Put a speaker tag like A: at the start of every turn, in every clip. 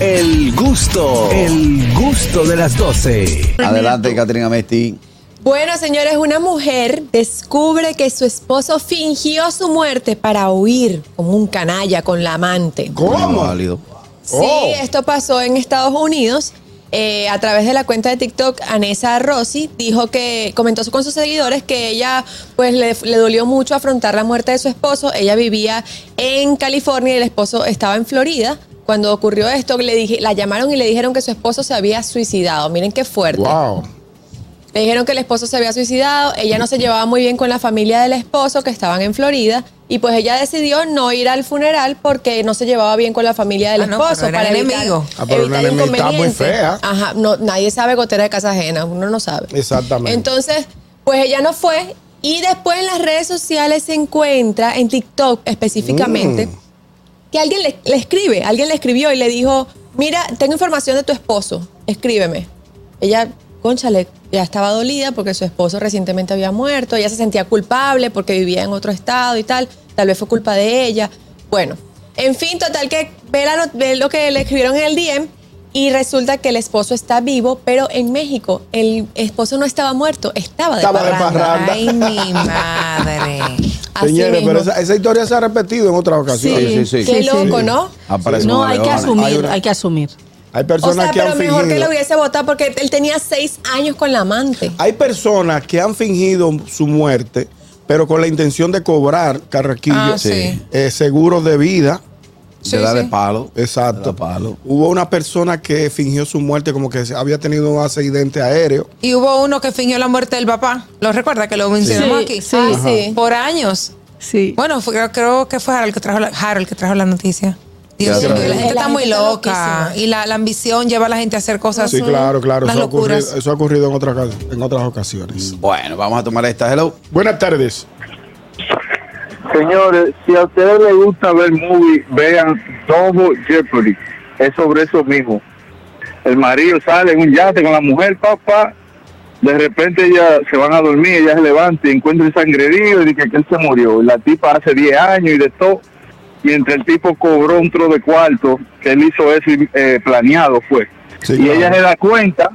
A: El gusto, el gusto de las 12.
B: Adelante, Catrina Mesti.
C: Bueno, señores, una mujer descubre que su esposo fingió su muerte para huir como un canalla con la amante.
B: ¿Cómo? Válido.
C: Sí, esto pasó en Estados Unidos. Eh, a través de la cuenta de TikTok, Anessa Rossi dijo que comentó con sus seguidores que ella, pues, le, le dolió mucho afrontar la muerte de su esposo. Ella vivía en California y el esposo estaba en Florida. Cuando ocurrió esto, le dije, la llamaron y le dijeron que su esposo se había suicidado. Miren qué fuerte.
D: Wow.
C: Le dijeron que el esposo se había suicidado, ella no se llevaba muy bien con la familia del esposo que estaban en Florida y pues ella decidió no ir al funeral porque no se llevaba bien con la familia del
E: Ah, no,
C: esposo
E: pero eran
C: para evitar,
E: enemigos.
D: Ah, pero una
C: evitar
D: enemistad muy
C: inconvenientes.
D: fea.
C: Ajá, no, nadie sabe gotera de casa ajena, uno no sabe.
D: Exactamente.
C: Entonces, pues ella no fue y después en las redes sociales se encuentra, en TikTok
D: Mm.
C: específicamente, que alguien le, le escribe, alguien le escribió y le dijo, mira, tengo información de tu esposo, escríbeme. Ella, conchale, ya estaba dolida porque su esposo recientemente había muerto, ella se sentía culpable porque vivía en otro estado y tal, tal vez fue culpa de ella. Bueno, en fin, total que ve, la not- ve lo que le escribieron en el DM y resulta que el esposo está vivo, pero en México el esposo no estaba muerto, estaba de
D: Estaba de
C: parranda.
D: parranda.
E: Ay, mi madre.
C: Así
D: Señores,
C: mismo.
D: pero esa, esa historia se ha repetido en otras ocasiones.
C: Sí,
B: Sí, sí, sí.
C: qué
B: Sí, sí.
C: loco, ¿no?
B: Aparece
F: No,
B: una
F: hay que
B: leona.
F: asumir,
B: Hay
F: hay,
B: una-
F: que asumir.
D: Hay
C: O
D: personas
C: sea,
D: que
C: pero
D: han
C: mejor que lo
D: fingido.
C: hubiese votado porque él tenía seis años con la amante.
D: Hay personas que han fingido su muerte, pero con la intención de cobrar carraquillo,
E: Ah, sí.
D: eh, seguro de vida.
B: Te
E: Sí,
B: da de
E: sí.
B: palo. Te
D: Exacto.
B: da palo.
D: Hubo una persona que fingió su muerte como que había tenido un accidente aéreo.
E: Y hubo uno que fingió la muerte del papá. ¿Lo recuerda que lo mencionamos
F: Sí,
E: aquí?
F: sí.
E: Ah,
C: Ajá. sí.
E: Por años.
F: Sí.
E: Bueno, fue- creo, creo que fue Harold que trajo la, Harold que trajo la noticia. Dios
B: Ya
E: mío,
B: sé.
E: la gente
C: La
E: está
C: gente
E: muy
C: está
E: loca.
C: loquísima.
E: Y la, la ambición lleva a la gente a hacer cosas.
D: Sí, claro, claro.
E: Las
D: Eso ha, ocurrido,
E: locuras.
D: eso ha ocurrido en, otras oca- en otras ocasiones.
B: Bueno, vamos a tomar esta. Hello.
D: Buenas tardes.
G: Señores, si a ustedes les gusta ver movie, vean Double Jeopardy. Es sobre eso mismo. El marido sale en un yate con la mujer, papá. De repente ella se van a dormir, ella se levanta y encuentra el sangrerío y dice que él se murió. Y la tipa hace 10 años y de todo. Mientras el tipo cobró un tro de cuarto, que él hizo eso eh, planeado fue.
D: Sí,
G: y
D: claro.
G: ella se da cuenta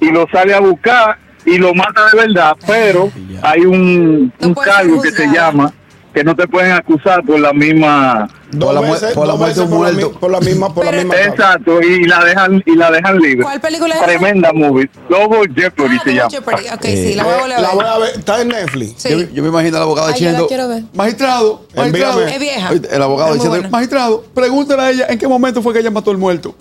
G: y lo sale a buscar y lo mata de verdad, pero hay un,
E: No
G: un
E: puede ser
G: cargo que se
E: juzgado.
G: llama que no te pueden acusar por la misma
D: Dos
B: la mu- por la
D: dos
B: muerte de un
D: por la mi-
B: muerto.
D: por la misma, por la
E: Pero-
D: misma causa.
G: exacto y la dejan y la dejan libre.
E: ¿Cuál película es esa?
G: Tremenda movie, Double Jeopardy
E: Ah,
G: se
E: Double
G: llama.
E: Jeopardy. Ok, sí, la voy a
D: Eh,
E: volver a
D: La voy
E: ver.
D: a ver. Está en Netflix.
E: Sí.
B: Yo, yo me imagino al abogado
C: Ay, yo la
B: diciendo.
C: quiero ver.
B: Magistrado, magistrado.
D: Envíame.
E: Es vieja.
B: El abogado
E: Es muy
B: diciendo,
E: buena.
B: magistrado, pregúntale a ella en qué momento fue que ella mató al muerto.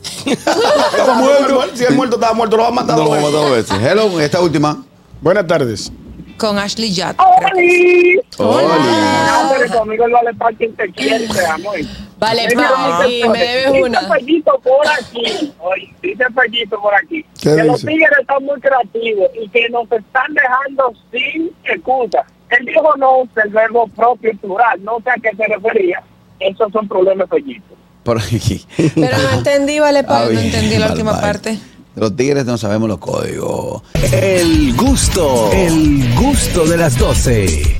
D: Está muerto. Si el muerto estaba muerto, lo va a
B: No
D: matar.
B: lo mató dos veces. Hello, esta última.
D: Buenas tardes.
E: Con Ashley Judd. creo que es.
H: ¡Oli!
B: Hola.
H: No, pero conmigo el vale para quien te quiere, te amo.
C: Vale,
H: Mira,
C: Paqui,
H: dice-
C: me debes
H: dice
C: una.
H: Fellito por aquí. Oye, dice Fellito por aquí.
D: ¿Qué
H: Que los
D: dice?
H: tigres están muy creativos y que nos están dejando sin excusa. Él dijo no usa el verbo propio y plural. No sé a qué se refería. Esos son problemas, Fellito.
B: Por aquí.
C: Pero no entendí, vale,
B: Ah,
C: Paqui.
B: bien.
E: entendí la
B: Mal,
E: última
B: mal.
E: parte.
B: Los tigres no sabemos los códigos.
A: El gusto, el gusto de las 12.